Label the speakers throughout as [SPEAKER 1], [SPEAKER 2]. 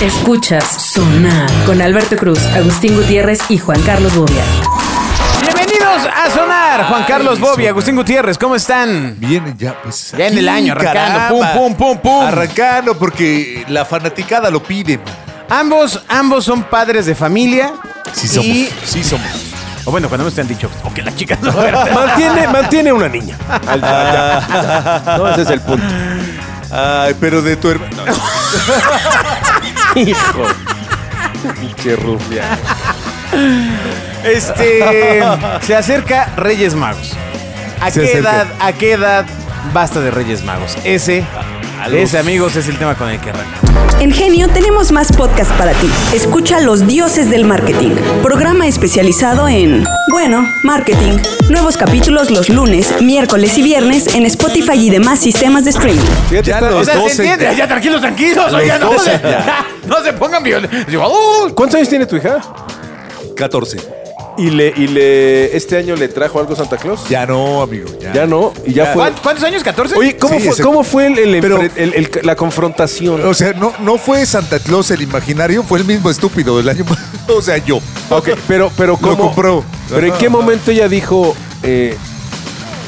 [SPEAKER 1] Escuchas Sonar con Alberto Cruz, Agustín Gutiérrez y Juan Carlos Bobia.
[SPEAKER 2] Bienvenidos a Sonar, Juan Carlos Bobby, Agustín Gutiérrez, ¿cómo están?
[SPEAKER 3] Viene ya, pues.
[SPEAKER 2] Ya en el año, arrancando,
[SPEAKER 3] caramba.
[SPEAKER 2] pum, pum, pum, pum.
[SPEAKER 3] Arrancando porque la fanaticada lo pide. man.
[SPEAKER 2] Ambos, ambos son padres de familia.
[SPEAKER 3] Sí somos,
[SPEAKER 2] Y,
[SPEAKER 3] sí somos.
[SPEAKER 2] o bueno, cuando me te han dicho, o que las chicas no.
[SPEAKER 4] Mantiene, mantiene una niña. No, ese es el punto.
[SPEAKER 3] Ay, pero de tu hermano.
[SPEAKER 4] Hijo. Pinche rufia.
[SPEAKER 2] Este, se acerca Reyes Magos. ¿A
[SPEAKER 3] Se
[SPEAKER 2] qué
[SPEAKER 3] acerca.
[SPEAKER 2] edad, a qué edad basta de Reyes Magos? Ese, ese amigos, es el tema con el que arrancamos.
[SPEAKER 5] En Genio tenemos más podcast para ti. Escucha Los Dioses del Marketing, programa especializado en, bueno, marketing. Nuevos capítulos los lunes, miércoles y viernes en Spotify y demás sistemas de streaming.
[SPEAKER 3] Ya
[SPEAKER 4] está-
[SPEAKER 3] los
[SPEAKER 2] O sea, ¿se
[SPEAKER 3] 12.
[SPEAKER 2] entiende? Ya, tranquilos, tranquilos. oigan, no, se, no se pongan violentos. Yo, uh,
[SPEAKER 4] ¿Cuántos años tiene tu hija?
[SPEAKER 3] 14.
[SPEAKER 4] ¿Y le, y le este año le trajo algo Santa Claus?
[SPEAKER 3] Ya no, amigo. Ya,
[SPEAKER 4] Ya no, y ya, fue.
[SPEAKER 2] ¿cuántos- ¿Cuántos años? ¿14?
[SPEAKER 4] Oye, ¿cómo
[SPEAKER 3] Sí,
[SPEAKER 4] fue,
[SPEAKER 3] ese-
[SPEAKER 4] cómo fue el, el
[SPEAKER 3] Pero-
[SPEAKER 4] enfre- el- el- la confrontación?
[SPEAKER 3] O sea, no, no fue Santa Claus el imaginario, fue el mismo estúpido del año pasado. O sea, yo.
[SPEAKER 4] Ok, pero, pero ¿cómo?
[SPEAKER 3] compró.
[SPEAKER 4] ¿Pero en
[SPEAKER 3] Ajá.
[SPEAKER 4] qué momento ella dijo eh,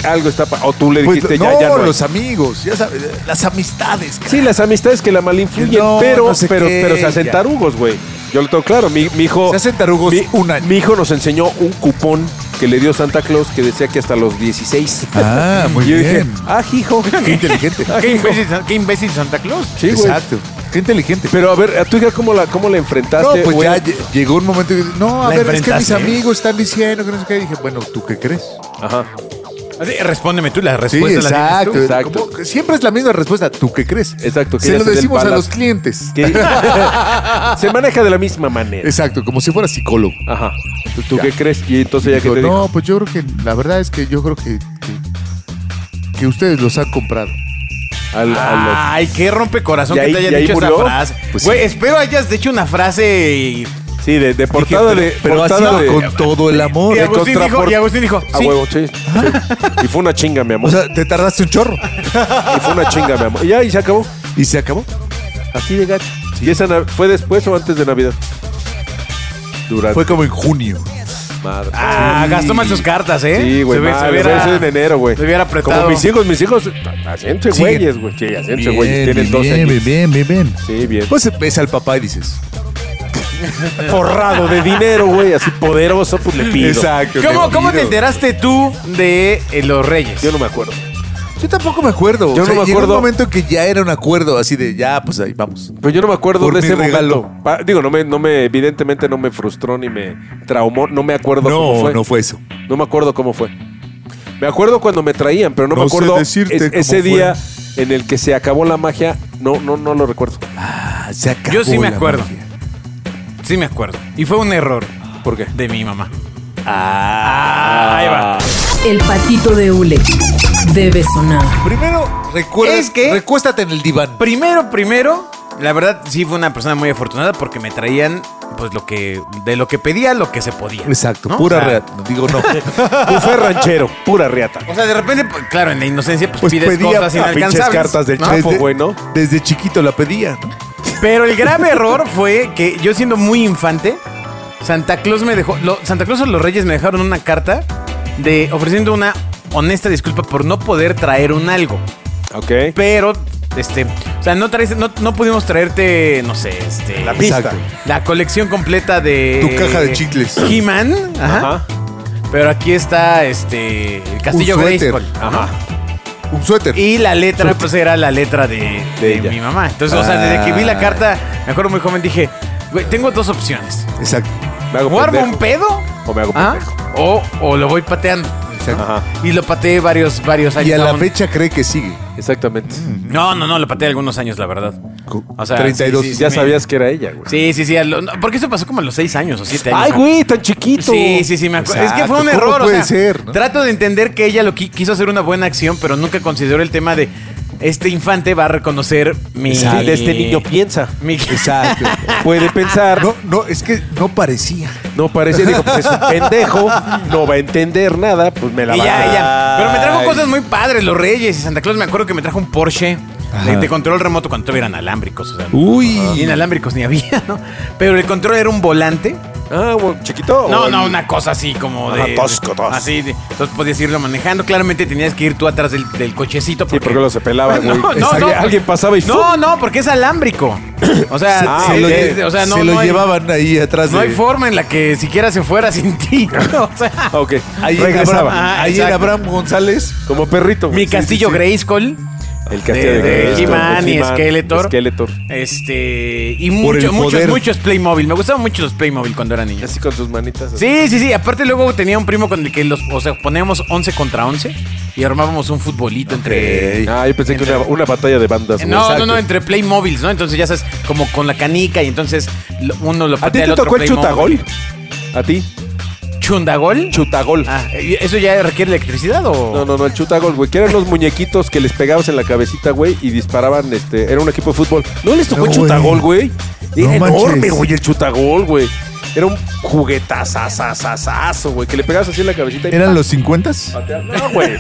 [SPEAKER 4] algo está pa- O tú le
[SPEAKER 3] Pues,
[SPEAKER 4] dijiste ya,
[SPEAKER 3] no,
[SPEAKER 4] ya no. hay"?
[SPEAKER 3] los amigos, ya sabes, las amistades. cara.
[SPEAKER 4] Sí, las amistades que la malinfluyen,
[SPEAKER 3] No,
[SPEAKER 4] pero,
[SPEAKER 3] no sé
[SPEAKER 4] pero,
[SPEAKER 3] qué,
[SPEAKER 4] pero se hacen
[SPEAKER 3] ya.
[SPEAKER 4] tarugos, güey. Yo lo tengo claro, mi, mi hijo...
[SPEAKER 3] Se hacen tarugos
[SPEAKER 4] mi,
[SPEAKER 3] un año.
[SPEAKER 4] Mi hijo nos enseñó un cupón que le dio Santa Claus que decía que hasta los 16.
[SPEAKER 3] Ah, muy
[SPEAKER 4] y yo dije,
[SPEAKER 3] bien.
[SPEAKER 4] ah, hijo.
[SPEAKER 3] Qué inteligente.
[SPEAKER 2] ¿Qué imbécil, qué imbécil Santa Claus.
[SPEAKER 4] Sí, güey.
[SPEAKER 3] Exacto. Qué inteligente.
[SPEAKER 4] Pero a ver, ¿a tu hija cómo la, cómo la enfrentaste?
[SPEAKER 3] No, pues
[SPEAKER 4] güey?
[SPEAKER 3] ya lle- llegó un momento que no, a
[SPEAKER 2] La
[SPEAKER 3] ver, es que mis
[SPEAKER 2] enfrentaste.
[SPEAKER 3] amigos están diciendo que no sé qué. Y dije, bueno, ¿tú qué crees?
[SPEAKER 4] Ajá.
[SPEAKER 2] Así, respóndeme tú, la
[SPEAKER 3] Sí,
[SPEAKER 2] respuesta la
[SPEAKER 3] exacto.
[SPEAKER 2] tienes tú.
[SPEAKER 4] exacto.
[SPEAKER 3] Como que Siempre es la misma respuesta, ¿tú qué crees?
[SPEAKER 4] Exacto, que
[SPEAKER 3] Se
[SPEAKER 4] ella
[SPEAKER 3] lo
[SPEAKER 4] se dé el
[SPEAKER 3] decimos a
[SPEAKER 4] balazo.
[SPEAKER 3] los clientes.
[SPEAKER 4] Que- se maneja de la misma manera.
[SPEAKER 3] Exacto, como si fuera psicólogo.
[SPEAKER 4] Ajá. ¿Tú, tú
[SPEAKER 3] Ya.
[SPEAKER 4] qué crees? Y entonces ya que
[SPEAKER 3] Dijo,
[SPEAKER 4] te
[SPEAKER 3] no,
[SPEAKER 4] dijo.
[SPEAKER 3] pues yo creo que la verdad es que yo creo que, que- que ustedes los han comprado.
[SPEAKER 4] al- al-
[SPEAKER 3] Ah.
[SPEAKER 2] Ay, qué rompecorazón
[SPEAKER 4] ¿Y
[SPEAKER 2] que
[SPEAKER 4] ahí-
[SPEAKER 2] te
[SPEAKER 4] y
[SPEAKER 2] haya
[SPEAKER 4] ahí
[SPEAKER 2] dicho esa
[SPEAKER 4] murió?
[SPEAKER 2] frase.
[SPEAKER 3] Pues
[SPEAKER 2] Güey,
[SPEAKER 3] sí.
[SPEAKER 2] espero hayas hecho una frase y,
[SPEAKER 4] sí, de, de portada
[SPEAKER 2] pero-
[SPEAKER 4] de.
[SPEAKER 3] Pero así
[SPEAKER 4] portada de-
[SPEAKER 3] con todo el amor.
[SPEAKER 2] y
[SPEAKER 4] de
[SPEAKER 2] Agustín dijo,
[SPEAKER 4] contrapor-
[SPEAKER 2] y Agustín dijo,
[SPEAKER 4] A
[SPEAKER 2] sí.
[SPEAKER 4] huevo, sí. Y fue una chinga, mi amor.
[SPEAKER 3] Ah. O sea, te tardaste un chorro.
[SPEAKER 4] y fue una chinga, mi amor. Y ya, y se acabó.
[SPEAKER 3] Y se acabó.
[SPEAKER 4] Así de gacho. ¿Y esa nav- fue después o antes de Navidad? Durante.
[SPEAKER 3] Fue como en junio.
[SPEAKER 4] madre.
[SPEAKER 2] Ah, gastó mal sus cartas, ¿eh?
[SPEAKER 4] Sí, güey,
[SPEAKER 2] Se ve- se
[SPEAKER 4] madre,
[SPEAKER 2] hubiera-
[SPEAKER 4] eso es en enero, güey.
[SPEAKER 2] Se hubiera apretado.
[SPEAKER 4] Como mis hijos, mis hijos, asiense
[SPEAKER 3] Siguen.
[SPEAKER 4] güeyes, güey. Sí, asiense güeyes, tienen 12
[SPEAKER 3] bien,
[SPEAKER 4] años.
[SPEAKER 3] bien, bien, bien, bien.
[SPEAKER 4] Sí, bien.
[SPEAKER 3] Pues ves al papá y dices.
[SPEAKER 4] forrado de dinero, güey, así poderoso, pues le pido.
[SPEAKER 2] ¿Cómo,
[SPEAKER 3] te
[SPEAKER 2] cómo te
[SPEAKER 3] pido.
[SPEAKER 2] enteraste tú de eh, los reyes?
[SPEAKER 4] Yo no me acuerdo.
[SPEAKER 3] Yo tampoco me acuerdo.
[SPEAKER 4] Yo
[SPEAKER 3] O sea,
[SPEAKER 4] no me
[SPEAKER 3] llegó
[SPEAKER 4] acuerdo.
[SPEAKER 3] un momento que ya era un acuerdo así de ya, pues ahí vamos.
[SPEAKER 4] Pero yo no me acuerdo
[SPEAKER 3] Por
[SPEAKER 4] de
[SPEAKER 3] mi
[SPEAKER 4] ese
[SPEAKER 3] regalo.
[SPEAKER 4] momento. Pa- Digo, no me, no me, evidentemente no me frustró ni me traumó. No me acuerdo cómo
[SPEAKER 3] No,
[SPEAKER 4] fue.
[SPEAKER 3] no fue eso.
[SPEAKER 4] No me acuerdo cómo fue. Me acuerdo cuando me traían, pero no, me
[SPEAKER 3] No sé
[SPEAKER 4] acuerdo
[SPEAKER 3] decirte
[SPEAKER 4] es-
[SPEAKER 3] cómo
[SPEAKER 4] ese
[SPEAKER 3] fue.
[SPEAKER 4] día en el que se acabó la magia. No, no, no lo recuerdo.
[SPEAKER 3] Ah, se acabó
[SPEAKER 2] Yo sí me
[SPEAKER 3] la
[SPEAKER 2] acuerdo.
[SPEAKER 3] magia.
[SPEAKER 2] Sí me acuerdo. Y fue un error
[SPEAKER 4] ¿Por qué?
[SPEAKER 2] de mi mamá. Ah, ahí va.
[SPEAKER 1] El patito de Ule debe sonar.
[SPEAKER 3] Primero, recuerda,
[SPEAKER 2] Es que-
[SPEAKER 3] recuéstate en el diván.
[SPEAKER 2] Primero, primero, la verdad sí fue una persona muy afortunada porque me traían pues lo que de lo que pedía lo que se podía.
[SPEAKER 3] Exacto,
[SPEAKER 2] ¿no?
[SPEAKER 3] pura
[SPEAKER 2] O sea,
[SPEAKER 3] rea- no, Digo, no.
[SPEAKER 4] Buffet ranchero, pura riata.
[SPEAKER 2] O sea, de repente, pues, claro, en la inocencia pues,
[SPEAKER 3] Pues
[SPEAKER 2] pides
[SPEAKER 3] pedía
[SPEAKER 2] cosas
[SPEAKER 3] a
[SPEAKER 2] inalcanzables.
[SPEAKER 4] pinches cartas del
[SPEAKER 2] ¿no?
[SPEAKER 4] chef. pues, güey, ¿no?
[SPEAKER 3] desde chiquito la pedía. ¿no?
[SPEAKER 2] Pero el grave error fue que yo siendo muy infante, Santa Claus me dejó, lo- Santa Claus o los Reyes me dejaron una carta de ofreciendo una honesta disculpa por no poder traer un algo.
[SPEAKER 4] Ok.
[SPEAKER 2] Pero este, o sea, no traes, no, no pudimos traerte, no sé, este, la
[SPEAKER 3] pista.
[SPEAKER 2] la colección completa de
[SPEAKER 3] Tu caja de chicles.
[SPEAKER 2] He-Man, ajá.
[SPEAKER 4] Ajá.
[SPEAKER 2] Pero aquí está este el Castillo
[SPEAKER 3] Un suéter.
[SPEAKER 2] Grayskull.
[SPEAKER 4] Ajá.
[SPEAKER 3] Un suéter.
[SPEAKER 2] Y la letra, pues era la letra de,
[SPEAKER 4] De
[SPEAKER 2] de
[SPEAKER 4] ella.
[SPEAKER 2] mi mamá. Entonces, o sea, desde que vi la
[SPEAKER 3] Ah.
[SPEAKER 2] carta, me acuerdo muy joven, dije, güey, tengo dos opciones.
[SPEAKER 3] Exacto.
[SPEAKER 4] Me hago
[SPEAKER 2] O armo un
[SPEAKER 4] pendejo.
[SPEAKER 2] pedo
[SPEAKER 4] O me hago
[SPEAKER 2] ¿ah?
[SPEAKER 4] pendejo.
[SPEAKER 2] o, o lo voy pateando.
[SPEAKER 3] exacto.
[SPEAKER 4] Ajá.
[SPEAKER 2] Y lo pateé varios, varios años.
[SPEAKER 3] Y a la
[SPEAKER 2] aún.
[SPEAKER 3] fecha cree que sigue.
[SPEAKER 4] Exactamente.
[SPEAKER 3] Mm.
[SPEAKER 2] No, no, no, lo pateé algunos años, la verdad.
[SPEAKER 3] Co-
[SPEAKER 2] O sea,
[SPEAKER 3] 32.
[SPEAKER 2] sí, sí,
[SPEAKER 4] Ya
[SPEAKER 2] me-
[SPEAKER 4] sabías que era ella, güey.
[SPEAKER 2] Sí, sí, sí. a lo- no, porque eso pasó como a los seis años o siete años.
[SPEAKER 4] Ay,
[SPEAKER 2] ¿no?
[SPEAKER 4] güey, tan chiquito.
[SPEAKER 2] Sí, sí, sí, me acuerdo. Es que fue un
[SPEAKER 3] Exacto, ¿cómo
[SPEAKER 2] error. o
[SPEAKER 3] puede
[SPEAKER 2] sea,
[SPEAKER 3] ser, no?
[SPEAKER 2] Trato de entender que ella lo qui- quiso hacer una buena acción, pero nunca consideró el tema de este infante va a reconocer mi.
[SPEAKER 4] Sí, de este niño piensa.
[SPEAKER 2] mi-
[SPEAKER 3] Exacto.
[SPEAKER 4] Puede pensar,
[SPEAKER 3] No, no, es que no parecía.
[SPEAKER 4] no parece, digo, pues es un pendejo, no va a entender nada, pues me la
[SPEAKER 2] Y
[SPEAKER 4] va
[SPEAKER 2] ya,
[SPEAKER 4] a
[SPEAKER 2] ya. Pero me trajo cosas muy padres, los Reyes y Santa Claus. Me acuerdo que me trajo un Porsche. De, de control remoto cuando todavía eran alámbricos. O sea,
[SPEAKER 3] Uy.
[SPEAKER 2] Inalámbricos ni había, ¿no? Pero el control era un volante.
[SPEAKER 4] Ah, bueno, chiquito.
[SPEAKER 2] No,
[SPEAKER 4] o el-
[SPEAKER 2] no, una cosa así como de.
[SPEAKER 4] Ajá, tosco, tosco.
[SPEAKER 2] Así, de- entonces podías irlo manejando. Claramente tenías que ir tú atrás del, del cochecito.
[SPEAKER 4] Sí, porque lo se pelaba,
[SPEAKER 2] No, no,
[SPEAKER 4] güey.
[SPEAKER 2] no,
[SPEAKER 4] Alguien-
[SPEAKER 2] porque-
[SPEAKER 4] alguien pasaba y
[SPEAKER 2] No, no, porque es alámbrico. O sea,
[SPEAKER 4] Ah,
[SPEAKER 2] se,
[SPEAKER 4] ok.
[SPEAKER 2] es- o sea, no,
[SPEAKER 3] se lo
[SPEAKER 2] no hay,
[SPEAKER 3] llevaban ahí atrás
[SPEAKER 2] no
[SPEAKER 3] de...
[SPEAKER 2] hay forma en la que siquiera se fuera sin ti. O sea,
[SPEAKER 4] Ah, Ok,
[SPEAKER 3] Ahí en Abraham,
[SPEAKER 4] regresaba.
[SPEAKER 2] Ah,
[SPEAKER 3] ahí en
[SPEAKER 2] exacto.
[SPEAKER 3] Abraham González.
[SPEAKER 4] Como perrito. güey.
[SPEAKER 2] mi
[SPEAKER 4] Sí, sí,
[SPEAKER 2] castillo
[SPEAKER 4] sí.
[SPEAKER 2] Grayskull.
[SPEAKER 4] El castillo
[SPEAKER 2] de,
[SPEAKER 4] de,
[SPEAKER 2] de
[SPEAKER 4] Grayskull,
[SPEAKER 2] He-Man y
[SPEAKER 4] He-Man,
[SPEAKER 2] Skeletor.
[SPEAKER 4] Skeletor.
[SPEAKER 2] Este. Y
[SPEAKER 3] Por el
[SPEAKER 2] muchos, muchos,
[SPEAKER 3] poder.
[SPEAKER 2] muchos Playmobil. Me gustaban mucho los Playmobil cuando era niño.
[SPEAKER 4] Así con sus manitas. así.
[SPEAKER 2] Sí, sí, sí. Aparte, luego tenía un primo con el que los. O sea, poníamos 11 contra 11 y armábamos un futbolito entre.
[SPEAKER 4] Ah, yo pensé que una, una batalla de bandas. güey.
[SPEAKER 2] No, no,
[SPEAKER 4] Exacto.
[SPEAKER 2] no, entre Playmobils, ¿no? Entonces ya sabes, como con la canica y entonces lo- uno lo
[SPEAKER 4] ¿A ti
[SPEAKER 2] patea
[SPEAKER 4] te
[SPEAKER 2] al otro
[SPEAKER 4] tocó el
[SPEAKER 2] Playmobil.
[SPEAKER 4] chutagol? ¿A ti?
[SPEAKER 2] ¿Chundagol?
[SPEAKER 4] Chutagol.
[SPEAKER 2] Ah, ¿eso ya requiere electricidad o...?
[SPEAKER 4] No, no, no, el chutagol, güey. Que eran los muñequitos que les pegabas en la cabecita, güey, y disparaban, este, era un equipo de fútbol. ¿No les tocó
[SPEAKER 3] No,
[SPEAKER 4] el chutagol, güey? Era
[SPEAKER 3] No
[SPEAKER 4] enorme,
[SPEAKER 3] manches.
[SPEAKER 4] güey, el chutagol, güey. Era un juguetazazazazazo, güey, que le pegabas así en la cabecita y
[SPEAKER 3] ¿Eran los 50s?
[SPEAKER 4] pateabas. No, güey.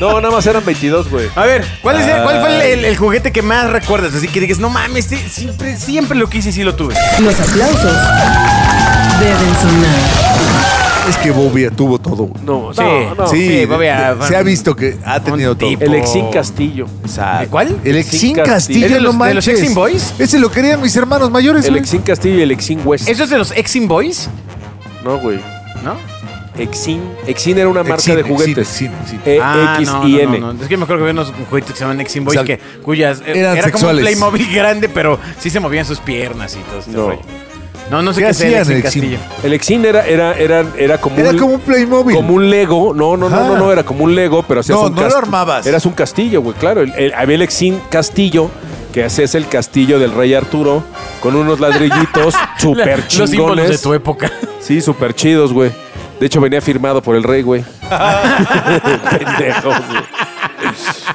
[SPEAKER 4] No, nada más eran 22, güey.
[SPEAKER 2] A ver, ¿cuál, es el- cuál fue
[SPEAKER 4] Ay.
[SPEAKER 2] el, el juguete que más recuerdas? Así que digas, no mames, sí, siempre, siempre lo quise y sí lo tuve.
[SPEAKER 1] Los aplausos deben sonar.
[SPEAKER 3] Es que Bobia tuvo todo. güey.
[SPEAKER 4] No,
[SPEAKER 2] Sí.
[SPEAKER 4] no, no.
[SPEAKER 2] Sí,
[SPEAKER 3] de-
[SPEAKER 2] Bobia,
[SPEAKER 3] se ha visto que ha tenido todo.
[SPEAKER 2] tipo.
[SPEAKER 4] El Exin Castillo.
[SPEAKER 2] ¿De cuál?
[SPEAKER 3] El Exin
[SPEAKER 4] Castillo.
[SPEAKER 3] Castillo,
[SPEAKER 2] ¿Es de los-
[SPEAKER 3] no
[SPEAKER 2] de los
[SPEAKER 3] manches.
[SPEAKER 2] Exin Boys?
[SPEAKER 3] Ese lo querían mis hermanos mayores.
[SPEAKER 4] El
[SPEAKER 3] güey.
[SPEAKER 4] Exin Castillo y el Exin West.
[SPEAKER 2] ¿Eso es de los Exim Boys?
[SPEAKER 4] No, güey.
[SPEAKER 2] ¿No?
[SPEAKER 4] Exin. Exin era una marca
[SPEAKER 3] Exin,
[SPEAKER 4] de
[SPEAKER 3] Exin,
[SPEAKER 4] juguetes.
[SPEAKER 3] Exin, Exin.
[SPEAKER 4] E- X
[SPEAKER 2] Ah, no,
[SPEAKER 4] y
[SPEAKER 2] no,
[SPEAKER 4] N.
[SPEAKER 2] no, no. Es que me acuerdo que había unos juguetes que se llamaban Exim Boys
[SPEAKER 3] O sea,
[SPEAKER 2] que, cuyas... eh, era
[SPEAKER 3] eran
[SPEAKER 2] como un
[SPEAKER 3] sexuales.
[SPEAKER 2] Playmobil grande, pero sí se movían sus piernas y todo este
[SPEAKER 4] No.
[SPEAKER 2] rollo. No, no sé
[SPEAKER 3] ¿Qué
[SPEAKER 2] qué, es el
[SPEAKER 3] hacían,
[SPEAKER 2] Exim
[SPEAKER 3] el Exim?
[SPEAKER 2] Castillo.
[SPEAKER 4] El Exin era, era, era, era como
[SPEAKER 3] Era
[SPEAKER 4] un-
[SPEAKER 3] como un Playmobil.
[SPEAKER 4] Como un Lego. No, no, no,
[SPEAKER 3] Ajá.
[SPEAKER 4] no, no, era como un Lego, pero hacías
[SPEAKER 3] No,
[SPEAKER 4] un
[SPEAKER 3] no lo
[SPEAKER 4] cast-
[SPEAKER 3] armabas.
[SPEAKER 4] Eras un castillo, güey, claro. El, el- había el Exin Castillo, que hacías el castillo del rey Arturo, con unos ladrillitos súper
[SPEAKER 2] Los símbolos de
[SPEAKER 4] chingones.
[SPEAKER 2] tu época.
[SPEAKER 4] Sí, súper chidos, güey. De hecho, venía firmado por el rey, güey. Pendejos, güey.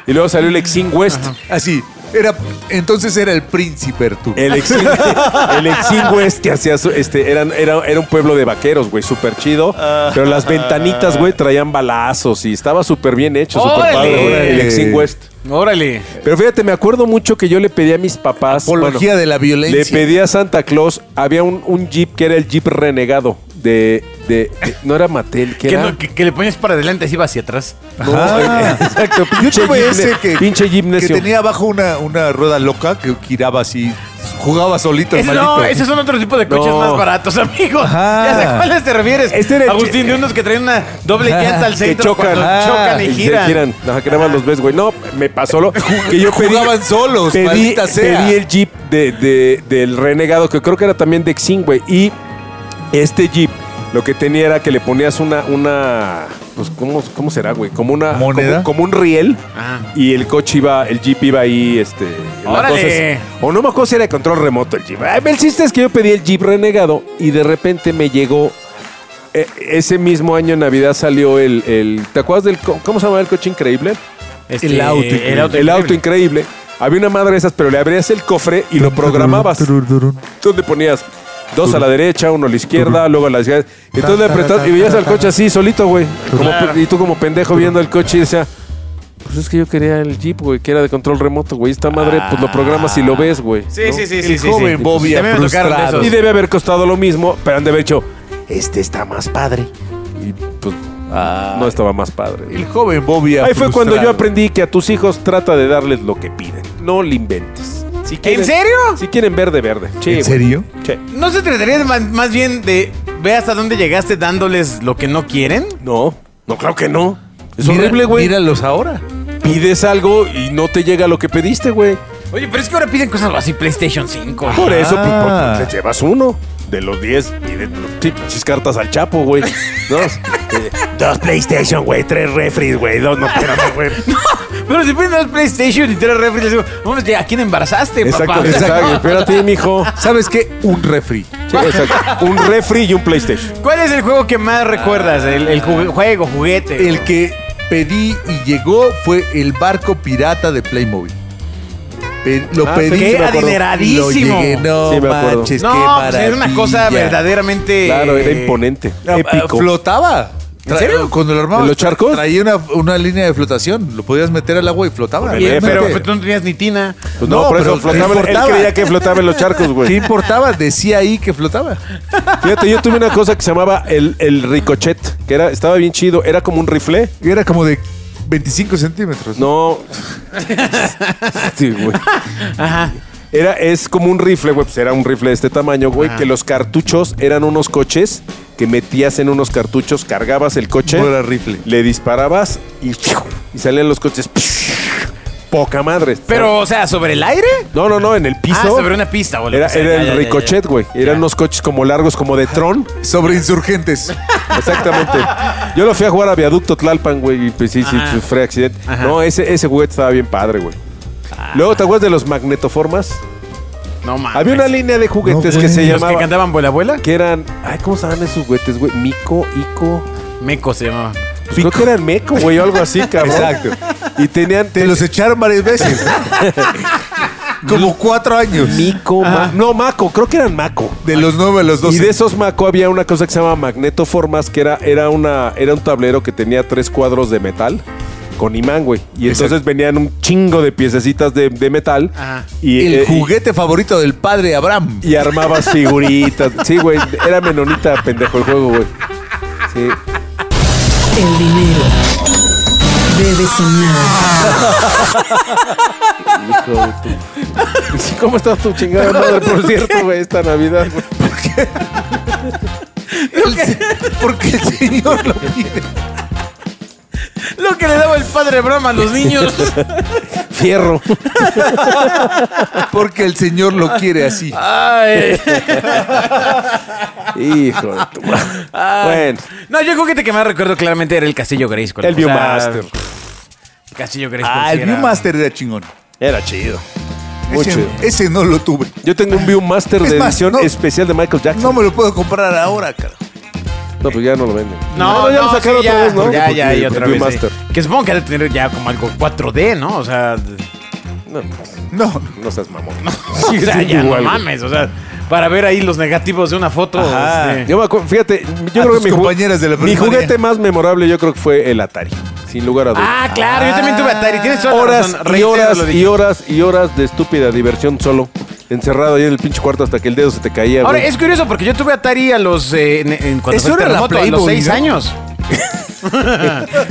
[SPEAKER 4] Y luego salió el Exin West.
[SPEAKER 3] Así. Era, entonces era el príncipe Arturo.
[SPEAKER 4] El Exin, el Exin West que hacía su- este, eran, era, era un pueblo de vaqueros, güey, súper chido. Pero las ventanitas, güey, traían balazos y estaba súper bien hecho,
[SPEAKER 2] ¡Órale!
[SPEAKER 4] súper padre. güey, El Exin West.
[SPEAKER 2] Órale.
[SPEAKER 4] Pero fíjate, me acuerdo mucho que yo le pedí a mis papás.
[SPEAKER 3] Apología
[SPEAKER 4] bueno,
[SPEAKER 3] de la violencia.
[SPEAKER 4] Le pedí a Santa Claus. Había un, un jeep que era el jeep renegado de. de- de- no era Mattel, que
[SPEAKER 2] Que,
[SPEAKER 4] era.
[SPEAKER 2] no- que- Ah. que le pones para adelante así va hacia atrás.
[SPEAKER 4] No,
[SPEAKER 3] Ajá.
[SPEAKER 4] exacto.
[SPEAKER 3] Yo
[SPEAKER 4] Pinche
[SPEAKER 3] tuve
[SPEAKER 4] jeep
[SPEAKER 3] ese
[SPEAKER 4] ne-
[SPEAKER 3] que,
[SPEAKER 4] pinche jeep
[SPEAKER 3] que
[SPEAKER 4] necio.
[SPEAKER 3] tenía abajo una, una rueda loca que giraba así, jugaba solito el
[SPEAKER 2] Ese- no,
[SPEAKER 3] maldito.
[SPEAKER 2] esos son otro tipo de coches
[SPEAKER 4] No.
[SPEAKER 2] más baratos, amigos.
[SPEAKER 3] Ajá.
[SPEAKER 2] Ya sé a cuáles te refieres.
[SPEAKER 4] Este era el
[SPEAKER 2] Agustín,
[SPEAKER 4] che-
[SPEAKER 2] de unos que traen una doble llanta al
[SPEAKER 4] que
[SPEAKER 2] centro.
[SPEAKER 4] chocan,
[SPEAKER 2] cuando
[SPEAKER 4] Ah,
[SPEAKER 2] chocan y
[SPEAKER 4] se
[SPEAKER 2] giran.
[SPEAKER 4] Ajá, que nada más los ves, güey. No, me pasó lo que yo pedí.
[SPEAKER 3] Jugaban solos,
[SPEAKER 4] pedí,
[SPEAKER 3] maldita sea.
[SPEAKER 4] pedí el jeep de- de- del renegado, que creo que era también de Xin, güey. Y este jeep, lo que tenía era que le ponías una, una, pues, ¿cómo, cómo será, güey? Como una,
[SPEAKER 3] ¿Moneda?
[SPEAKER 4] Como, como un riel.
[SPEAKER 3] Ah.
[SPEAKER 2] Ajá.
[SPEAKER 4] Y el coche iba, el jeep iba ahí, este. la
[SPEAKER 2] ¡Órale!
[SPEAKER 4] cosa es- o no me acuerdo si era de control remoto el jeep. Ay, El chiste es que yo pedí el jeep renegado y de repente me llegó e- ese mismo año en Navidad salió el, el- ¿Te acuerdas del. co- ¿Cómo se llamaba el coche increíble?
[SPEAKER 2] Este, el auto increíble.
[SPEAKER 4] El auto, increíble. Había una madre de esas, pero le abrías el cofre y lo programabas. Entonces le ponías dos a la derecha, uno a la izquierda, luego a la izquierda. Entonces le apretabas y veías al coche así, solito, güey. Como
[SPEAKER 2] Claro.
[SPEAKER 4] pe- Y tú como pendejo viendo el coche y decía. Pues es que yo quería el Jeep, güey, que era de control remoto, güey. Esta madre, pues lo programas y lo ves, güey.
[SPEAKER 2] Sí, sí, sí,
[SPEAKER 3] El
[SPEAKER 2] sí, sí,
[SPEAKER 3] joven
[SPEAKER 2] sí.
[SPEAKER 3] Bobby
[SPEAKER 2] También me tocaron de
[SPEAKER 3] frustrado.
[SPEAKER 2] esos.
[SPEAKER 4] Y debe haber costado lo mismo, pero han de haber hecho, este está más padre. Y pues no estaba más padre.
[SPEAKER 3] El joven Bobby
[SPEAKER 4] Ahí fue cuando yo
[SPEAKER 3] frustrado.
[SPEAKER 4] aprendí que a tus hijos trata de darles lo que piden. No le inventes. Si quieren-
[SPEAKER 2] serio?
[SPEAKER 4] Si quieren verde, verde. Sí,
[SPEAKER 3] ¿En
[SPEAKER 4] güey.
[SPEAKER 3] serio?
[SPEAKER 4] Sí.
[SPEAKER 2] ¿No se trataría de más, más bien de ver hasta dónde llegaste dándoles lo que no quieren?
[SPEAKER 4] No, no, claro que no. Es
[SPEAKER 3] Mira-
[SPEAKER 4] horrible, güey.
[SPEAKER 3] Míralos ahora.
[SPEAKER 4] Pides algo y no te llega lo que pediste, güey.
[SPEAKER 2] Oye, pero es que ahora piden cosas así, PlayStation 5.
[SPEAKER 4] Por eso, pues,
[SPEAKER 3] Ah.
[SPEAKER 4] pues, te llevas uno. De los 10, pide sí, pinches cartas al chapo, güey. ¿No? Eh, dos PlayStation, güey. Tres refries, güey. Dos, no, espérame, güey.
[SPEAKER 2] Pero si piden dos PlayStation y tres refri, les digo, vamos, ¿a quién embarazaste,
[SPEAKER 4] Exacto,
[SPEAKER 2] papá?
[SPEAKER 4] exacto. Espérate, mijo.
[SPEAKER 3] ¿Sabes qué? Un refri.
[SPEAKER 4] Sí, exacto. Un refri y un PlayStation.
[SPEAKER 2] ¿Cuál es el juego que más recuerdas? El, el jugue- juego, juguete.
[SPEAKER 3] El que pedí y llegó fue el barco pirata de Playmobil. Pe- lo
[SPEAKER 4] Ah,
[SPEAKER 3] pedí.
[SPEAKER 4] sí,
[SPEAKER 3] y
[SPEAKER 4] sí me acuerdo.
[SPEAKER 3] Lo
[SPEAKER 2] Adineradísimo.
[SPEAKER 3] llegué. No
[SPEAKER 4] Sí, me acuerdo.
[SPEAKER 3] manches, qué
[SPEAKER 2] no, pues era una cosa
[SPEAKER 3] maravilla.
[SPEAKER 4] Eh,
[SPEAKER 2] verdaderamente.
[SPEAKER 4] Claro, era imponente.
[SPEAKER 3] Ah,
[SPEAKER 4] Épico.
[SPEAKER 3] Flotaba.
[SPEAKER 2] ¿En serio?
[SPEAKER 3] Cuando lo armabas,
[SPEAKER 4] ¿De los charcos?
[SPEAKER 3] traía una, una línea de flotación. Lo podías meter al agua y flotaba.
[SPEAKER 4] Bien,
[SPEAKER 3] realmente.
[SPEAKER 2] pero, tú no tenías ni tina.
[SPEAKER 4] Pues no,
[SPEAKER 3] No,
[SPEAKER 4] por eso
[SPEAKER 3] pero
[SPEAKER 4] flotaba. Él
[SPEAKER 3] importaba.
[SPEAKER 4] creía que flotaba en los charcos,
[SPEAKER 3] ¿Qué
[SPEAKER 4] güey.
[SPEAKER 3] importaba? Decía ahí que flotaba.
[SPEAKER 4] Fíjate, yo tuve una cosa que se llamaba el, el ricochet, que era, estaba bien chido, era como un rifle.
[SPEAKER 3] Y era como de 25 centímetros.
[SPEAKER 4] No. Sí, güey.
[SPEAKER 2] Ajá.
[SPEAKER 4] Era, es como un rifle, güey. Pues era un rifle de este tamaño, güey. Que los cartuchos eran unos coches que metías en unos cartuchos, cargabas el coche.
[SPEAKER 3] No era rifle.
[SPEAKER 4] Le disparabas y, y salían los coches. Poca madre.
[SPEAKER 2] Pero, o sea, ¿sobre el aire?
[SPEAKER 4] No, no, no, en el piso.
[SPEAKER 2] Ah, sobre una pista, boludo.
[SPEAKER 4] Era, era el ricochet, güey. Eran unos coches como largos, como de Tron.
[SPEAKER 3] Sobre insurgentes.
[SPEAKER 4] Exactamente. Yo lo fui a jugar a Viaducto Tlalpan, güey, y pues sí, sí,
[SPEAKER 2] Ajá.
[SPEAKER 4] sufrí accidente.
[SPEAKER 2] Ajá. Ah.
[SPEAKER 4] No, ese, ese juguete estaba bien padre, güey. Luego, ¿te acuerdas de los magnetoformas?
[SPEAKER 2] No mames.
[SPEAKER 4] Había una línea de juguetes
[SPEAKER 3] No,
[SPEAKER 4] que
[SPEAKER 3] güey.
[SPEAKER 4] se
[SPEAKER 2] Ah, pues, ¿Los que
[SPEAKER 4] llamaba...
[SPEAKER 2] cantaban vuela abuela?
[SPEAKER 4] Que eran... Ay, ¿cómo se llamaban esos juguetes, güey? Mico, Ico...
[SPEAKER 2] Meco se llamaba.
[SPEAKER 4] Pues creo que eran meco, güey, o algo así, cabrón.
[SPEAKER 3] Exacto.
[SPEAKER 4] Y tenían...
[SPEAKER 3] Te los echaron varias veces. como cuatro años.
[SPEAKER 4] Mico, ma- No, Maco. Creo que eran Maco.
[SPEAKER 3] De los nueve a los doce.
[SPEAKER 4] Y de esos Maco había una cosa que se llama magnetoformas, que era, era, una, era un tablero que tenía tres cuadros de metal con imán, güey. Y entonces
[SPEAKER 3] Exacto.
[SPEAKER 4] venían un chingo de piececitas de, de metal.
[SPEAKER 2] Ajá.
[SPEAKER 4] Y,
[SPEAKER 3] Ah. El
[SPEAKER 4] eh,
[SPEAKER 3] juguete favorito del padre Abraham.
[SPEAKER 4] y, y armabas figuritas. Sí, güey. Era menonita, pendejo, el juego, güey. Sí.
[SPEAKER 1] El dinero debe sonar.
[SPEAKER 4] Hijo de tu- Sí, ¿Cómo estás tu chingada madre, por cierto, güey, esta Navidad, güey?
[SPEAKER 3] El se- porque el señor lo pide.
[SPEAKER 2] Lo que le daba el padre Brahma a los niños.
[SPEAKER 4] Fierro.
[SPEAKER 3] Porque el señor lo quiere así. Ah,
[SPEAKER 4] Ah,
[SPEAKER 2] Ay.
[SPEAKER 4] Hijo de tu madre. Bueno,
[SPEAKER 2] No, yo creo que te que más recuerdo claramente era el Castillo Grayskull.
[SPEAKER 4] el
[SPEAKER 2] O sea,
[SPEAKER 4] Viewmaster.
[SPEAKER 2] Castillo Grayskull.
[SPEAKER 3] Ah,
[SPEAKER 2] sí
[SPEAKER 3] el
[SPEAKER 2] era-
[SPEAKER 3] Viewmaster era chingón.
[SPEAKER 4] Era chido. Muy
[SPEAKER 3] Ese,
[SPEAKER 4] chido.
[SPEAKER 3] ese no lo tuve.
[SPEAKER 4] Yo tengo un Viewmaster
[SPEAKER 3] Es
[SPEAKER 4] de
[SPEAKER 3] más,
[SPEAKER 4] edición
[SPEAKER 3] no-
[SPEAKER 4] especial de Michael Jackson.
[SPEAKER 3] No me lo puedo comprar ahora, carajo.
[SPEAKER 4] No, pues ya no lo venden.
[SPEAKER 2] No,
[SPEAKER 4] ya lo
[SPEAKER 2] no,
[SPEAKER 4] sacaron
[SPEAKER 2] sí,
[SPEAKER 4] otra
[SPEAKER 2] ya,
[SPEAKER 4] vez, ¿no?
[SPEAKER 2] Ya, ya, y
[SPEAKER 4] Porque
[SPEAKER 2] otra
[SPEAKER 4] el
[SPEAKER 2] vez. sí.
[SPEAKER 4] Master.
[SPEAKER 2] Que supongo que ha de tener ya como algo 4D, ¿no? O sea,
[SPEAKER 4] No,
[SPEAKER 3] No.
[SPEAKER 4] no seas mamón.
[SPEAKER 2] o sea,
[SPEAKER 4] sí,
[SPEAKER 2] ya no
[SPEAKER 4] igual, güey.
[SPEAKER 2] mames, o sea, para ver ahí los negativos de una foto.
[SPEAKER 4] Ajá.
[SPEAKER 2] este,
[SPEAKER 4] Yo me acuerdo, fíjate, yo
[SPEAKER 3] A
[SPEAKER 4] creo
[SPEAKER 3] tus
[SPEAKER 4] que mi, ju-
[SPEAKER 3] compañeras de la
[SPEAKER 4] mi
[SPEAKER 3] primaria.
[SPEAKER 4] juguete más memorable yo creo que fue el Atari, sin lugar a dudas.
[SPEAKER 2] Ah, claro, yo también tuve Atari. Tienes toda la
[SPEAKER 4] horas
[SPEAKER 2] razón.
[SPEAKER 4] y
[SPEAKER 2] Reitero
[SPEAKER 4] horas
[SPEAKER 2] lo dicho.
[SPEAKER 4] y horas y horas de estúpida diversión solo, encerrado ahí en el pinche cuarto hasta que el dedo se te caía.
[SPEAKER 2] Ahora,
[SPEAKER 4] güey.
[SPEAKER 2] es curioso porque yo tuve Atari a los. eh, en, en- cuando
[SPEAKER 3] Eso
[SPEAKER 2] fue el
[SPEAKER 3] era la
[SPEAKER 2] terremoto, a los
[SPEAKER 3] Playboy,
[SPEAKER 2] 6
[SPEAKER 3] ¿no?
[SPEAKER 2] años.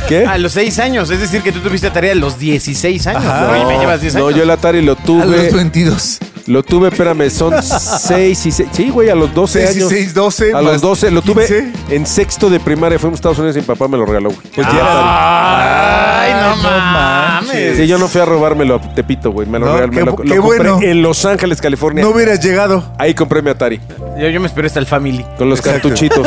[SPEAKER 4] ¿Qué?
[SPEAKER 2] A los 6 años. Es decir, que tú tuviste Atari a los 16 años.
[SPEAKER 3] Ajá.
[SPEAKER 2] Oye, me llevas 10
[SPEAKER 4] No,
[SPEAKER 2] años.
[SPEAKER 4] yo el Atari lo
[SPEAKER 3] A los
[SPEAKER 4] tuve.
[SPEAKER 3] 22.
[SPEAKER 4] Lo tuve, espérame, son 6 y 6. Sí, güey, a los 12
[SPEAKER 3] Seis y
[SPEAKER 4] años.
[SPEAKER 3] seis, 12,
[SPEAKER 4] A los
[SPEAKER 3] más
[SPEAKER 4] 12, lo tuve
[SPEAKER 3] 15.
[SPEAKER 4] en sexto de primaria. Fuimos a Estados Unidos y mi papá me lo regaló. güey.
[SPEAKER 3] Ah,
[SPEAKER 4] Pues ya Atari.
[SPEAKER 2] Ay, no,
[SPEAKER 3] no
[SPEAKER 2] mames.
[SPEAKER 3] manches.
[SPEAKER 4] Sí, yo no fui a robármelo a Tepito, güey. Me lo
[SPEAKER 3] No,
[SPEAKER 4] regaló.
[SPEAKER 3] qué
[SPEAKER 4] me lo-
[SPEAKER 3] bu-
[SPEAKER 4] lo
[SPEAKER 3] qué
[SPEAKER 4] compré
[SPEAKER 3] bueno.
[SPEAKER 4] en Los Ángeles, California.
[SPEAKER 3] No hubieras llegado.
[SPEAKER 4] Ahí compré mi Atari.
[SPEAKER 2] Yo, yo me esperé hasta el Family.
[SPEAKER 4] Con los
[SPEAKER 3] Exacto.
[SPEAKER 4] cartuchitos.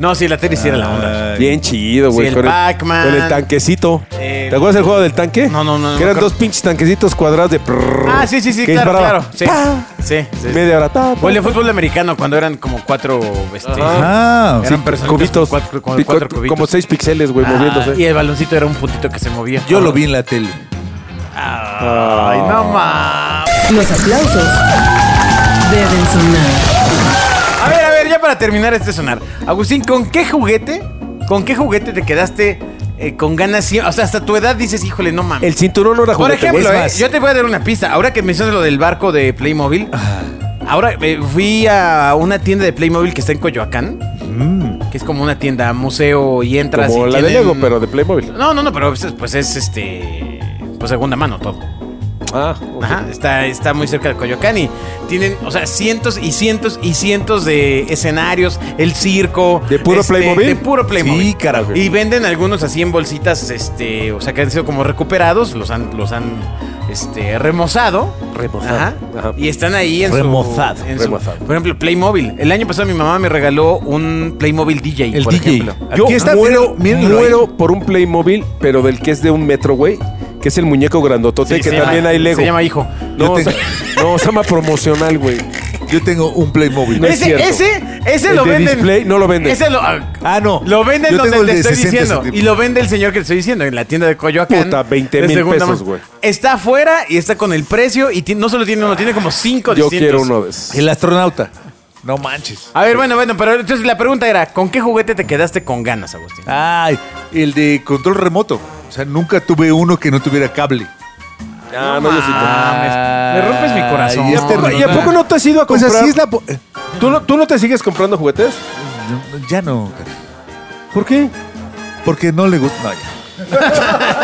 [SPEAKER 2] No, sí, el Atari sí era la onda.
[SPEAKER 3] Ay.
[SPEAKER 4] Bien chido, güey.
[SPEAKER 2] Sí, el
[SPEAKER 4] con,
[SPEAKER 2] Pac-Man.
[SPEAKER 4] con el tanquecito.
[SPEAKER 2] El-
[SPEAKER 4] ¿Te acuerdas del juego del tanque?
[SPEAKER 2] No, no, no, no
[SPEAKER 4] Que
[SPEAKER 2] me
[SPEAKER 4] eran
[SPEAKER 2] acuerdo.
[SPEAKER 4] dos pinches tanquecitos cuadrados de. prrrr,
[SPEAKER 2] Ah, sí, sí, sí,
[SPEAKER 4] que
[SPEAKER 2] claro,
[SPEAKER 4] disparaba.
[SPEAKER 2] claro. Sí,
[SPEAKER 4] ¡Pah!
[SPEAKER 2] sí. sí, sí.
[SPEAKER 4] Media hora. ta,
[SPEAKER 2] O el de
[SPEAKER 4] pa,
[SPEAKER 2] fútbol americano, cuando eran como cuatro. Este,
[SPEAKER 3] Ah,
[SPEAKER 2] eran
[SPEAKER 4] pa,
[SPEAKER 2] personitas
[SPEAKER 4] Cubitos.
[SPEAKER 2] con cuatro, con
[SPEAKER 4] Pico-
[SPEAKER 2] cuatro cubitos.
[SPEAKER 4] Como seis píxeles, güey,
[SPEAKER 2] Ah,
[SPEAKER 4] moviéndose.
[SPEAKER 2] Y el baloncito era un puntito que se movía.
[SPEAKER 3] yo lo vi en la tele.
[SPEAKER 2] Ay, no mames.
[SPEAKER 1] Los aplausos deben sonar.
[SPEAKER 2] A ver, a ver, ya para terminar este sonar. Agustín, ¿con qué juguete? ¿Con qué juguete te quedaste eh, con ganas? sie- O sea, hasta tu edad dices, híjole, no mames.
[SPEAKER 4] El cinturón no era
[SPEAKER 2] Por
[SPEAKER 4] juguete, güey,
[SPEAKER 2] ejemplo,
[SPEAKER 4] es
[SPEAKER 2] eh,
[SPEAKER 4] más.
[SPEAKER 2] yo te voy a dar una pista. Ahora que mencionas lo del barco de Playmobil, ahora eh, fui a una tienda de Playmobil que está en Coyoacán, que es como una tienda museo y entras
[SPEAKER 4] Mm. Como
[SPEAKER 2] y
[SPEAKER 4] la de
[SPEAKER 2] tienen-
[SPEAKER 4] Lego, pero de Playmobil.
[SPEAKER 2] No, no, no, pero pues, pues es este... Pues segunda mano todo.
[SPEAKER 4] Ah, ok.
[SPEAKER 2] Ajá, está, está muy cerca de Coyoacán y tienen, o sea, cientos y cientos y cientos de escenarios, el circo. este,
[SPEAKER 4] ¿De puro Playmobil?
[SPEAKER 2] De puro Playmobil.
[SPEAKER 3] Sí, carajo.
[SPEAKER 2] Y venden algunos así en bolsitas, este, o sea, que han sido como recuperados, los han, los han, este, remozado.
[SPEAKER 4] Remozado,
[SPEAKER 2] Ajá.
[SPEAKER 4] ajá.
[SPEAKER 2] Y están ahí en su-
[SPEAKER 3] Remozado,
[SPEAKER 2] en su-
[SPEAKER 4] remozado.
[SPEAKER 2] por ejemplo, Playmobil. El año pasado mi mamá me regaló un Playmobil DJ,
[SPEAKER 3] El
[SPEAKER 2] por
[SPEAKER 3] DJ.
[SPEAKER 2] ejemplo.
[SPEAKER 4] Yo
[SPEAKER 3] Aquí está,
[SPEAKER 4] muero,
[SPEAKER 3] mírenlo, mírenlo
[SPEAKER 4] muero por un Playmobil, pero del que es de un metro, güey. Que es el muñeco grandotote,
[SPEAKER 2] Sí,
[SPEAKER 4] que
[SPEAKER 2] se
[SPEAKER 4] también
[SPEAKER 2] llama-
[SPEAKER 4] hay Lego.
[SPEAKER 2] Se llama hijo.
[SPEAKER 4] No,
[SPEAKER 3] Yo
[SPEAKER 4] o sea,
[SPEAKER 3] tengo-
[SPEAKER 4] no, se llama promocional, güey.
[SPEAKER 3] Yo tengo un Playmobil.
[SPEAKER 4] No es
[SPEAKER 2] ese,
[SPEAKER 4] cierto.
[SPEAKER 2] ese, ese
[SPEAKER 4] El
[SPEAKER 2] lo
[SPEAKER 4] de
[SPEAKER 2] venden.
[SPEAKER 4] display no lo venden.
[SPEAKER 2] Ese lo. ah,
[SPEAKER 3] Ah, no.
[SPEAKER 2] Lo venden
[SPEAKER 3] Yo
[SPEAKER 2] donde
[SPEAKER 3] tengo el
[SPEAKER 2] te
[SPEAKER 3] de
[SPEAKER 2] estoy
[SPEAKER 3] 60
[SPEAKER 2] diciendo.
[SPEAKER 3] centímetros.
[SPEAKER 2] Y lo vende el señor que te estoy diciendo en la tienda de Coyoacán.
[SPEAKER 4] Puta, 20
[SPEAKER 2] de
[SPEAKER 4] mil
[SPEAKER 2] segunda
[SPEAKER 4] pesos,
[SPEAKER 2] mano.
[SPEAKER 4] güey.
[SPEAKER 2] Está afuera y está con el precio. Y ti- no solo tiene uno, tiene como cinco
[SPEAKER 4] Yo
[SPEAKER 2] distintos.
[SPEAKER 4] quiero uno de esos.
[SPEAKER 3] El astronauta. No manches.
[SPEAKER 2] A ver, bueno, bueno, pero entonces la pregunta era, ¿con qué juguete te quedaste con ganas, Agustín?
[SPEAKER 3] Ay, el de control remoto. O sea, nunca tuve uno que no tuviera cable.
[SPEAKER 4] Ah, no, yo sí.
[SPEAKER 2] Me rompes mi corazón.
[SPEAKER 3] ya te-
[SPEAKER 4] tengo. ¿Y a poco no te has ido a
[SPEAKER 3] Pues
[SPEAKER 4] comprar?
[SPEAKER 3] así es la... po- eh,
[SPEAKER 4] ¿Tú, no, ¿Tú no te sigues comprando juguetes?
[SPEAKER 3] Ya no, caray.
[SPEAKER 4] ¿Por qué?
[SPEAKER 3] porque no le gusta... No, ya.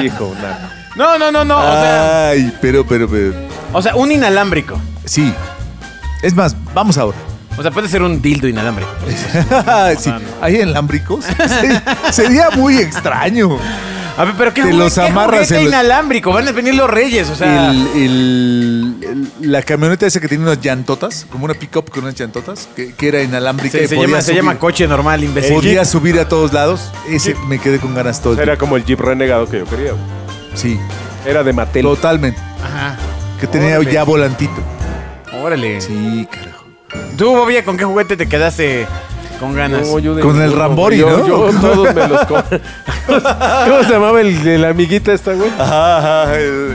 [SPEAKER 4] Hijo, nada.
[SPEAKER 2] No, no, no, no. O sea,
[SPEAKER 3] Ay, pero, pero, pero...
[SPEAKER 2] o sea, un inalámbrico.
[SPEAKER 3] Sí. Es más, vamos ahora.
[SPEAKER 2] O sea, puede ser un dildo inalámbrico.
[SPEAKER 3] sí, hay enlámbricos. Sí, sería muy extraño.
[SPEAKER 2] A ver, pero ¿qué,
[SPEAKER 3] Te
[SPEAKER 2] juguete-
[SPEAKER 3] los
[SPEAKER 2] qué
[SPEAKER 3] amarras
[SPEAKER 2] juguete
[SPEAKER 3] en los-
[SPEAKER 2] inalámbrico? Van a venir los reyes, o sea...
[SPEAKER 3] El- el- el- la camioneta esa que tiene unas llantotas, como una pickup con unas llantotas, que, que era inalámbrica.
[SPEAKER 2] Se,
[SPEAKER 3] y
[SPEAKER 2] se
[SPEAKER 3] podía
[SPEAKER 2] llama, se llama
[SPEAKER 3] subir-
[SPEAKER 2] coche normal, imbécil.
[SPEAKER 3] Podía subir a todos lados. Ese me quedé con ganas todo. el
[SPEAKER 4] Pues Era como el Jeep renegado que yo quería. güey.
[SPEAKER 3] tiempo. Sí,
[SPEAKER 4] Era de Mattel.
[SPEAKER 3] totalmente.
[SPEAKER 2] Ajá.
[SPEAKER 3] Que tenía
[SPEAKER 2] Órale.
[SPEAKER 3] ya volantito.
[SPEAKER 2] Órale.
[SPEAKER 3] Sí, carajo.
[SPEAKER 2] Tú, Bobia, ¿con qué juguete te quedaste con ganas?
[SPEAKER 4] No, yo de
[SPEAKER 3] Con el
[SPEAKER 4] ninguno,
[SPEAKER 3] Rambori,
[SPEAKER 4] yo-
[SPEAKER 3] ¿no?
[SPEAKER 4] Yo todos me los compré. ¿Cómo se llamaba el, el amiguita esta, güey?
[SPEAKER 3] Ajá, ajá, eh,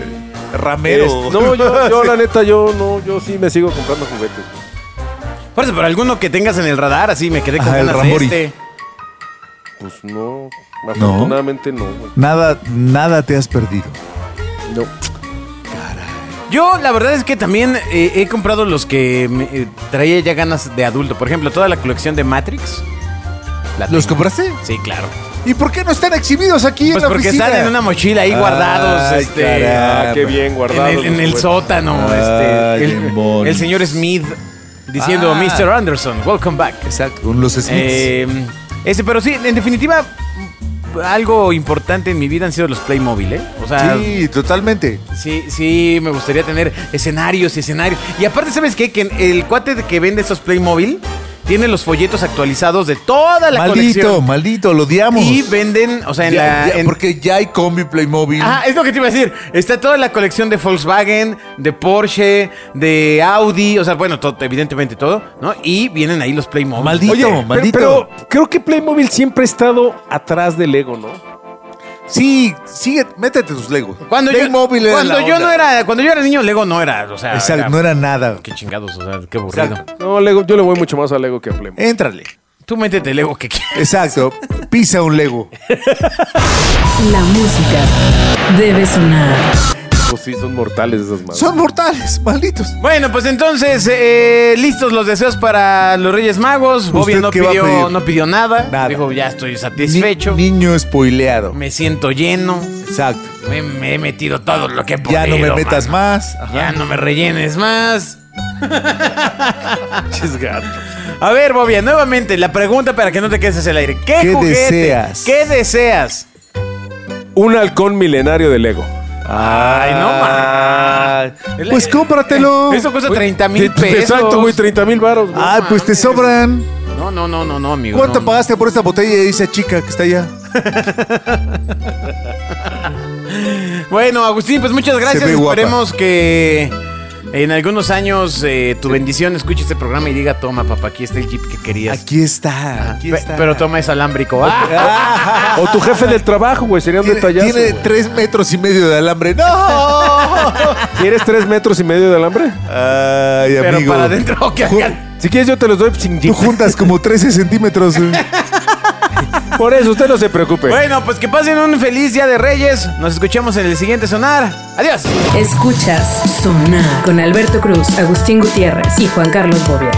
[SPEAKER 3] ramero.
[SPEAKER 4] Es- Este, no, yo, yo la neta, yo no, yo sí me sigo comprando juguetes.
[SPEAKER 2] Por eso, pero alguno que tengas en el radar, así me quedé con
[SPEAKER 3] Ajá, el
[SPEAKER 2] ganas de
[SPEAKER 3] Rambori.
[SPEAKER 2] este.
[SPEAKER 4] Pues no, afortunadamente no, güey.
[SPEAKER 3] Nada, nada te has perdido.
[SPEAKER 4] No.
[SPEAKER 2] Yo, la verdad es que también eh, he comprado los que me, eh, traía ya ganas de adulto. Por ejemplo, toda la colección de Matrix. la
[SPEAKER 3] ¿Los
[SPEAKER 2] tengo.
[SPEAKER 3] compraste?
[SPEAKER 2] Sí, claro.
[SPEAKER 3] ¿Y por qué no están exhibidos aquí en
[SPEAKER 2] Pues
[SPEAKER 3] la
[SPEAKER 2] porque
[SPEAKER 3] oficina?
[SPEAKER 2] están en una mochila ahí
[SPEAKER 3] Ay,
[SPEAKER 2] guardados, este.
[SPEAKER 3] caray. pues.
[SPEAKER 4] Ah, qué bien
[SPEAKER 2] En
[SPEAKER 4] guardado.
[SPEAKER 2] el, en el sótano,
[SPEAKER 3] Ay,
[SPEAKER 2] este.
[SPEAKER 3] bien
[SPEAKER 2] El,
[SPEAKER 3] bonitos.
[SPEAKER 2] el señor Smith diciendo,
[SPEAKER 3] Ah.
[SPEAKER 2] Mr. Anderson, welcome back.
[SPEAKER 3] Exacto, con los Smiths.
[SPEAKER 2] Eh, ese, pero sí, en definitiva, algo importante en mi vida han sido los Playmobil, ¿eh? O sea, sí,
[SPEAKER 3] sí, totalmente.
[SPEAKER 2] sí, me gustaría tener escenarios y escenarios. Y aparte, ¿sabes qué? Que el cuate de que vende estos Playmobil tiene los folletos actualizados de toda la
[SPEAKER 3] maldito,
[SPEAKER 2] colección.
[SPEAKER 3] maldito, lo odiamos.
[SPEAKER 2] Y venden, o sea, en
[SPEAKER 3] Ya-
[SPEAKER 2] la.
[SPEAKER 3] ya,
[SPEAKER 2] en- Ah.
[SPEAKER 3] Porque ya hay combi Playmobil.
[SPEAKER 2] Ajá, es lo que te iba a decir. Está toda la colección de Volkswagen, de Porsche, de Audi, o sea, bueno, todo- evidentemente todo, ¿no? Y vienen ahí los Playmobil.
[SPEAKER 3] Maldito, maldito.
[SPEAKER 4] Pero, pero creo que Playmobil siempre ha estado atrás del Lego, ¿no?
[SPEAKER 3] Sí, sigue, métete tus Legos.
[SPEAKER 2] Cuando yo,
[SPEAKER 3] Playmobil era
[SPEAKER 2] cuando
[SPEAKER 3] la
[SPEAKER 2] yo
[SPEAKER 3] onda.
[SPEAKER 2] no era, cuando yo era niño, Lego no era, o sea,
[SPEAKER 3] Exacto, no era nada.
[SPEAKER 2] qué chingados, o sea, qué aburrido.
[SPEAKER 3] Exacto.
[SPEAKER 4] No, Lego, yo le voy mucho más a Lego que a Playmobil.
[SPEAKER 3] Éntrale.
[SPEAKER 2] Tú métete Lego que quieras.
[SPEAKER 3] Exacto, pisa un Lego.
[SPEAKER 1] La música debe sonar.
[SPEAKER 4] Pues sí, son mortales esas madres.
[SPEAKER 3] Son mortales, malditos.
[SPEAKER 2] Bueno, pues entonces, eh, listos los deseos para los Reyes Magos. Bobby
[SPEAKER 3] ¿Usted
[SPEAKER 2] no
[SPEAKER 3] qué va a
[SPEAKER 2] pidió,
[SPEAKER 3] pedir?
[SPEAKER 2] no pidió nada.
[SPEAKER 3] Nada.
[SPEAKER 2] Dijo, ya estoy satisfecho.
[SPEAKER 3] Ni- niño spoileado.
[SPEAKER 2] me siento lleno.
[SPEAKER 3] Exacto.
[SPEAKER 2] Me, me he metido todo lo que he podido.
[SPEAKER 3] Ya no me metas
[SPEAKER 2] mano.
[SPEAKER 3] más. Ajá.
[SPEAKER 2] Ya no me rellenes más. A ver, Bobia, nuevamente la pregunta para que no te quedes en el aire. ¿Qué,
[SPEAKER 3] ¿Qué
[SPEAKER 2] juguete?
[SPEAKER 3] deseas?
[SPEAKER 2] ¿Qué deseas?
[SPEAKER 4] Un halcón milenario de Lego.
[SPEAKER 2] Ay, no más.
[SPEAKER 3] Pues cómpratelo.
[SPEAKER 2] Eso cuesta 30 Pues mil
[SPEAKER 4] Te- te-
[SPEAKER 2] pesos.
[SPEAKER 4] Exacto, güey, 30 mil baros. güey.
[SPEAKER 3] Ah, pues te sobran.
[SPEAKER 2] No, no, no, no, no, amigo. no,
[SPEAKER 3] ¿Cuánto
[SPEAKER 2] no.
[SPEAKER 3] pagaste por esta botella de esa chica que está allá?
[SPEAKER 2] Bueno, Agustín, pues muchas gracias.
[SPEAKER 3] ve guapa.
[SPEAKER 2] Esperemos que en algunos años eh, tu bendición escuche este programa y diga, toma, papá, aquí está el jeep que querías.
[SPEAKER 3] Aquí está. Aquí
[SPEAKER 2] Pe-
[SPEAKER 3] está.
[SPEAKER 2] Pero toma es alámbrico. ¡Ah!
[SPEAKER 3] Ah,
[SPEAKER 4] O tu jefe del trabajo, güey, sería un
[SPEAKER 3] tiene
[SPEAKER 4] detallazo.
[SPEAKER 3] tiene
[SPEAKER 4] güey.
[SPEAKER 3] tres metros y medio de alambre. ¡No!
[SPEAKER 4] ¿Quieres tres metros y medio de alambre?
[SPEAKER 3] Ay,
[SPEAKER 2] Pero
[SPEAKER 3] amigo.
[SPEAKER 2] para adentro, que
[SPEAKER 3] Ju-
[SPEAKER 2] acá-
[SPEAKER 4] Si quieres, yo te los doy sin
[SPEAKER 3] Tú juntas como 13 centímetros. eh.
[SPEAKER 4] Por eso, usted no se preocupe.
[SPEAKER 2] Bueno, pues que pasen un feliz día de Reyes. Nos escuchamos en el siguiente sonar. Adiós.
[SPEAKER 1] Escuchas Sonar con Alberto Cruz, Agustín Gutiérrez y Juan Carlos Bobia.